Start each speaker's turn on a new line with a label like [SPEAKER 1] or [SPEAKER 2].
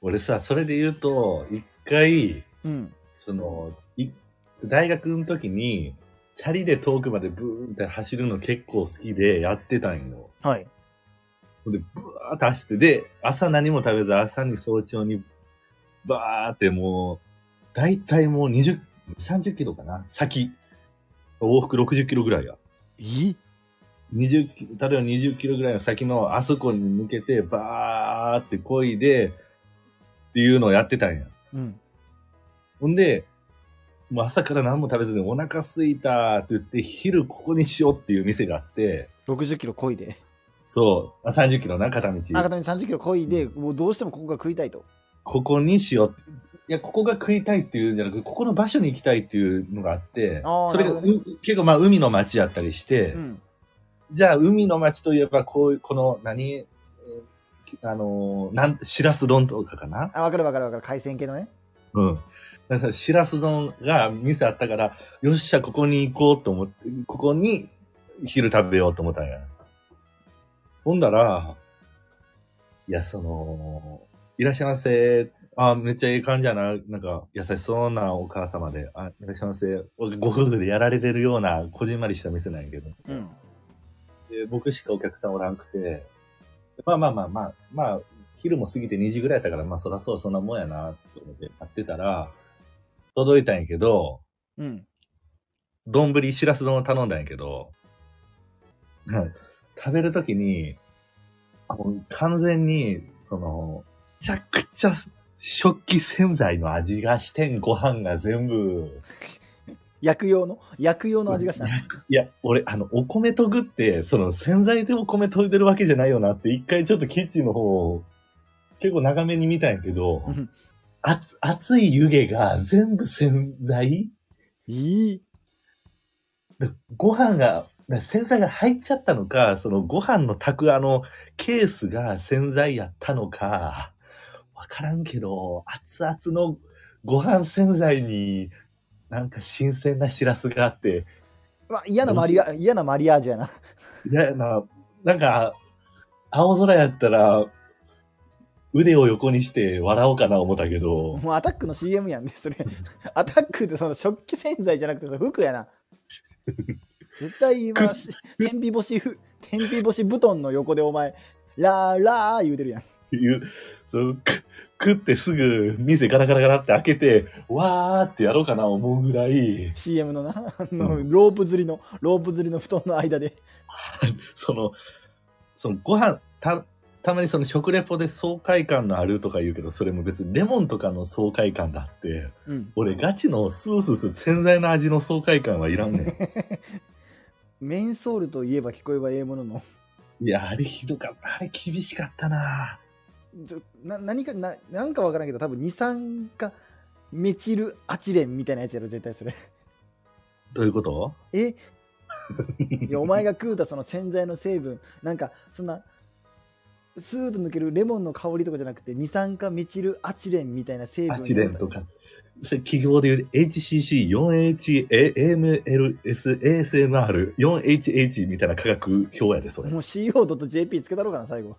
[SPEAKER 1] 俺さ、それで言うと、一回、
[SPEAKER 2] うん。
[SPEAKER 1] その、い大学の時に、チャリで遠くまでブーンって走るの結構好きでやってたんよ。
[SPEAKER 2] はい。
[SPEAKER 1] ほんで、ブワーって走って、で、朝何も食べず、朝に早朝に、バーってもう、だいたいもう20、30キロかな先。往復60キロぐらいや。
[SPEAKER 2] え
[SPEAKER 1] 20キロ、例えば20キロぐらいの先のあそこに向けて、バーって漕いで、っていうのをやってたんや。
[SPEAKER 2] うん。
[SPEAKER 1] ほんで、もう朝から何も食べずにお腹すいたって言って、昼ここにしようっていう店があって、
[SPEAKER 2] 60キロ漕いで。
[SPEAKER 1] そう、あ30キロな、片道。
[SPEAKER 2] あ、片道30キロ漕いで、もうどうしてもここが食いたいと。
[SPEAKER 1] ここにしよう。いや、ここが食いたいっていうんじゃなくて、ここの場所に行きたいっていうのがあって
[SPEAKER 2] あー、
[SPEAKER 1] それ
[SPEAKER 2] な
[SPEAKER 1] が
[SPEAKER 2] るほ
[SPEAKER 1] う結構まあ海の町やったりして、
[SPEAKER 2] うん。
[SPEAKER 1] じゃあ海の町といえばこういう、この何、えーあのーなん、しらす丼とかかな
[SPEAKER 2] あ、わかるわかるわかる。海鮮系のね。
[SPEAKER 1] うん。だからしらす丼が店あったから、よっしゃ、ここに行こうと思って、ここに昼食べようと思ったんや。ほんだら、いや、その、いらっしゃいませ。あ、めっちゃええ感じやな。なんか、優しそうなお母様で、あ、いらっしゃいませ。ご夫婦でやられてるような、こじんまりした店なんやけど。
[SPEAKER 2] うん。
[SPEAKER 1] で僕しかお客さんおらんくて、まあまあまあまあ、まあ、昼も過ぎて2時ぐらいだったから、まあそらそうそんなもんやな、って思って買ってたら、届いたんやけど、
[SPEAKER 2] うん。
[SPEAKER 1] 丼、しらす丼を頼んだんやけど、 食べるときに、あもう完全に、その、めちゃくちゃ食器洗剤の味がしてん、ご飯が全部。
[SPEAKER 2] 薬用の薬用の味がした。
[SPEAKER 1] いや、俺、あの、お米研ぐって、その洗剤でお米研いでるわけじゃないよなって、一回ちょっとキッチンの方を、結構長めに見たんやけど
[SPEAKER 2] うん、
[SPEAKER 1] あつ熱い湯気が全部洗剤
[SPEAKER 2] いい。
[SPEAKER 1] ご飯が、だ洗剤が入っちゃったのか、そのご飯の炊くあの、ケースが洗剤やったのか、わからんけど、熱々のご飯洗剤に、なんか新鮮なシラスがあって、
[SPEAKER 2] うわ、嫌なマリア、嫌なマリアージュやな。
[SPEAKER 1] いやな、なんか、青空やったら、腕を横にして笑おうかな思ったけど、
[SPEAKER 2] もうアタックの CM やんね、そ れ。アタックってその食器洗剤じゃなくてその服やな。絶対今、し天日干しふ、天日干し布団の横でお前、ラーラー言うてるやん。
[SPEAKER 1] いう、そう、く食ってすぐ店ガラガラガラって開けて、わーってやろうかな思うぐらい、
[SPEAKER 2] CM のな、あの、
[SPEAKER 1] う
[SPEAKER 2] ロープ釣りの、ロープ釣りの布団の間で。
[SPEAKER 1] その、そのご飯、た、たまにその食レポで爽快感のあるとか言うけど、それも別にレモンとかの爽快感だって、
[SPEAKER 2] うん。
[SPEAKER 1] 俺ガチのスースーする洗剤の味の爽快感はいらんねん。
[SPEAKER 2] メンソールといえば聞こえばええもの の、
[SPEAKER 1] いや、あれひどかった。あれ厳しかったな
[SPEAKER 2] ずな何か、ななんかわからんけど、多分二酸化メチルアチレンみたいなやつやろ、絶対それ。
[SPEAKER 1] どういうこと
[SPEAKER 2] えいやお前が食うたその洗剤の成分なんかそんなスーッと抜けるレモンの香りとかじゃなくて二酸化メチルアチレンみたいな成分
[SPEAKER 1] アチレンとか。それ企業で言う HCC4HAMLSASMR4HH みたいな価格表やで、それ。
[SPEAKER 2] もう CO.jp つけたろうかな最後